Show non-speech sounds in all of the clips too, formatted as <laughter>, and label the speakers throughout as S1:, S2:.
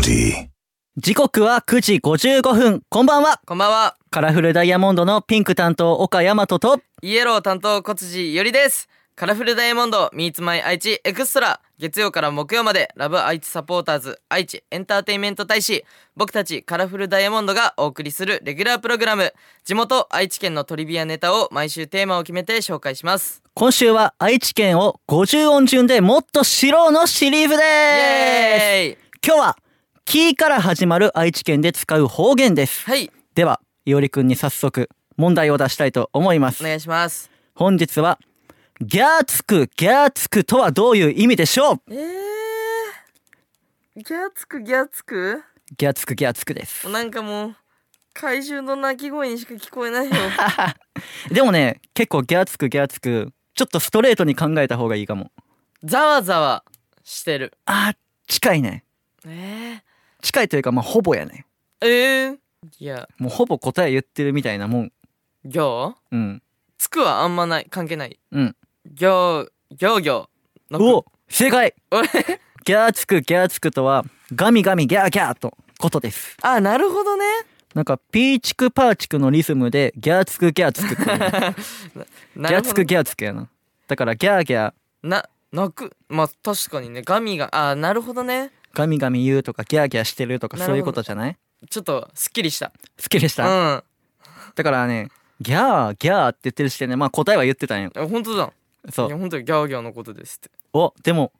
S1: tea.
S2: 時刻は9時55分。こんばんは。
S3: こんばんは。
S2: カラフルダイヤモンドのピンク担当、岡大和と、
S3: イエロー担当小辻よりです。カラフルダイヤモンド Meets My 愛知エクストラ月曜から木曜までラブ愛知サポーターズ愛知エンターテインメント大使僕たちカラフルダイヤモンドがお送りするレギュラープログラム地元愛知県のトリビアネタを毎週テーマを決めて紹介します
S2: 今週は愛知県を50音順でもっと知ろうのシリーズ
S3: イ
S2: で
S3: エーイ
S2: す今日は、キーから始まる愛知県で使う方言です。
S3: はい
S2: では、いおりくんに早速、問題を出したいと思いま
S3: お
S2: す。
S3: 願いします
S2: 本日は、ギャーつく、ギャーつくとはどういう意味でしょう
S3: えー、ギャつくギャつく
S2: ギャーつく、ギャーつくです。
S3: なんかもう怪獣の鳴き声にしか聞こえ <laughs> ないよ
S2: でもね、結構ギャーつく、ギャーつく、ちょっとストレートに考えた方がいいかも。
S3: ざわざわしてる
S2: あー、近いね。
S3: えー、
S2: 近いというか、まあ、ほぼやね。
S3: えー、いや、
S2: もうほぼ答え言ってるみたいなもん。
S3: ギョー
S2: うん。
S3: つくはあんまない、関係ない。
S2: うん。
S3: ギョー、ギョーギョー。
S2: うお正解
S3: おい
S2: <laughs> ギャーつく、ギャーつくとは、ガミガミギャーギャーと、ことです。
S3: あ、なるほどね。
S2: なんか、ピーチクパーチクのリズムで、ギャーつく、ギャーつく
S3: <laughs>
S2: っていう。ギ
S3: な
S2: ャ
S3: る
S2: ー
S3: ほ
S2: つ
S3: ど
S2: く、。ギャーつくやな。だから、ギャーギャー、
S3: な、泣く。まあ、確かにね、ガミが、あ、なるほどね。
S2: ガミガミ言うとか、ギャーギャーしてるとか、
S3: なる
S2: そ
S3: ほど
S2: ういうことじゃない
S3: ちょっと、すっきりした。
S2: 好きでし
S3: う
S2: た。
S3: ん。
S2: だからね、ギャー、ギャーって言ってる時点で、まあ答えは言ってたんよ。
S3: あ本当だ。
S2: そ。
S3: いうや、本当にギョーギョーのことですって。
S2: お、でも、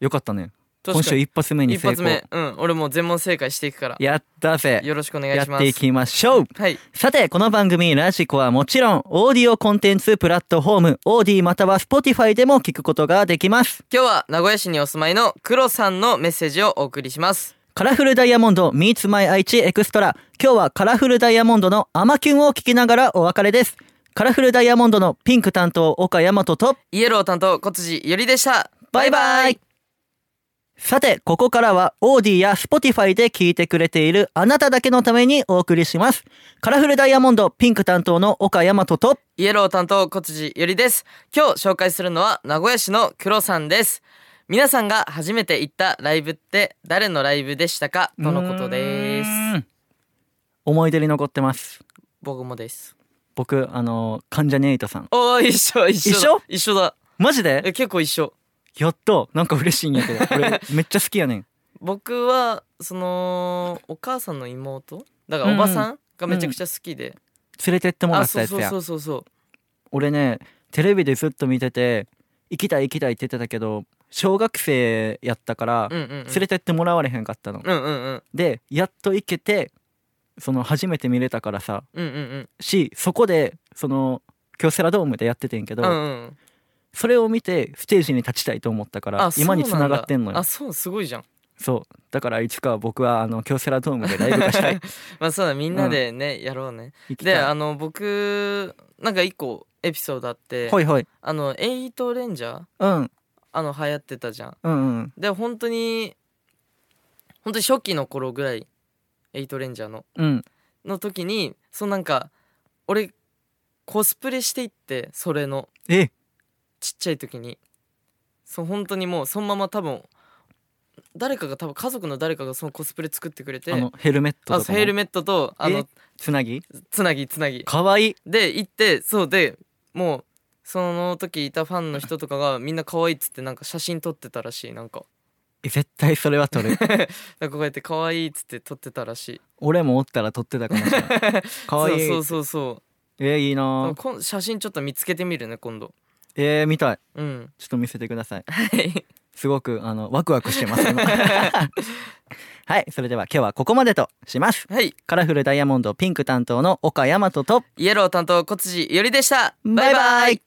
S2: よかったね。今
S3: 確か
S2: 週
S3: に。
S2: 一発目に
S3: 一
S2: 成功。
S3: 発目。うん。俺もう全問正解していくから。
S2: やったぜ。
S3: よろしくお願い
S2: や
S3: しま
S2: っ
S3: す。
S2: ていきましょう
S3: はい。
S2: さて、この番組、ラジコはもちろん、オーディオコンテンツプラットフォーム、オーディまたは Spotify でも聞くことができます。
S3: 今日は名古屋市にお住まいの黒さんのメッセージをお送りします。
S2: カラフルダイヤモンド Meets My 愛知エクストラ。今日はカラフルダイヤモンドのアマキュンを聞きながらお別れです。カラフルダイヤモンドのピンク担当、岡大和と、
S3: イエロー担当、小辻よりでした。
S2: バイバイさて、ここからは、オーディや Spotify で聞いてくれているあなただけのためにお送りします。カラフルダイヤモンドピンク担当の岡大和と、
S3: イエロー担当小辻よりです。今日紹介するのは名古屋市の黒さんです。皆さんが初めて行ったライブって誰のライブでしたかとのことです。
S2: うーん。思い出に残ってます。
S3: 僕もです。
S2: 僕、あの、関ジャニエイトさん。
S3: おー、一緒、一緒だ。
S2: 一緒
S3: 一緒だ。
S2: マジで
S3: え、結構一緒。
S2: やっと、なんか嬉しいんやけど。
S3: <laughs>
S2: 俺、めっちゃ好きやねん。
S3: 僕は、その、お母さんの妹だからおばさんがめちゃくちゃ好きで。
S2: 連れてってもら
S3: あ、
S2: った
S3: そう
S2: やつ
S3: そう
S2: や
S3: そ。うそうそう。
S2: 俺ね、テレビでずっと見てて、行きたい行きたいって言ってたけど、小学生やったから、
S3: うんうん、うん。
S2: 連れてってもらわれへんかったの。
S3: うんうんうん。
S2: で、やっと行けて、その、初めて見れたからさ、
S3: うんうんうん。
S2: し、そこで、その、京セラドームでやっててんけど、
S3: うんうん。
S2: それを見て、ステージに立ちたいと思ったから
S3: あ、、
S2: 今に
S3: そう
S2: 繋
S3: なんだ
S2: がってんのよ
S3: あ、。そう、すごいじゃん。
S2: そう。だから、いつか僕は、あの、京セラドームでライブがした
S3: <laughs>
S2: い。
S3: まあそうだみんなでね、やろうね
S2: 行きたい
S3: であの僕なんか一個エピソードあって、
S2: はいはい。
S3: あのエイトレンジャー
S2: うん。
S3: あの流行ってたじゃん
S2: うんうん。
S3: で本当に本当に初期の頃ぐらいエイトレンジャーの
S2: うん。
S3: の時にそのなんか俺コスプレしていってそれの
S2: え、
S3: ちっちゃい時にそう本当にもうそのまま多分誰かが多分家族の誰かがそのコスプレ作ってくれて
S2: あの、ヘルメット
S3: あ
S2: とか
S3: そう
S2: も。
S3: ヘルメットとあ
S2: え
S3: の
S2: つなぎ
S3: つなぎつなぎ
S2: かわいい。
S3: で行ってそうでもうその時いたファンの人とかがみんな可愛いっつってなんか写真撮ってたらしいなんか <laughs>
S2: え絶対それは撮る。
S3: なんかこうやって可愛いっつって撮ってたらしい
S2: 俺もおったら撮ってたかもしれない。
S3: <laughs>
S2: かわいい。
S3: そうそうそう
S2: えいい
S3: そう
S2: なぁ
S3: こん写真ちょっと見つけてみるね今度
S2: えー、見たい。
S3: うん
S2: ちょっと見せてください。
S3: はい
S2: すごく、あの、ワクワクしてます、
S3: <laughs>
S2: 今はい。それでは今日はここまでとします。
S3: はい
S2: カラフルダイヤモンドピンク担当の岡大和と、
S3: イエロー担当小辻よりでしたバイバイ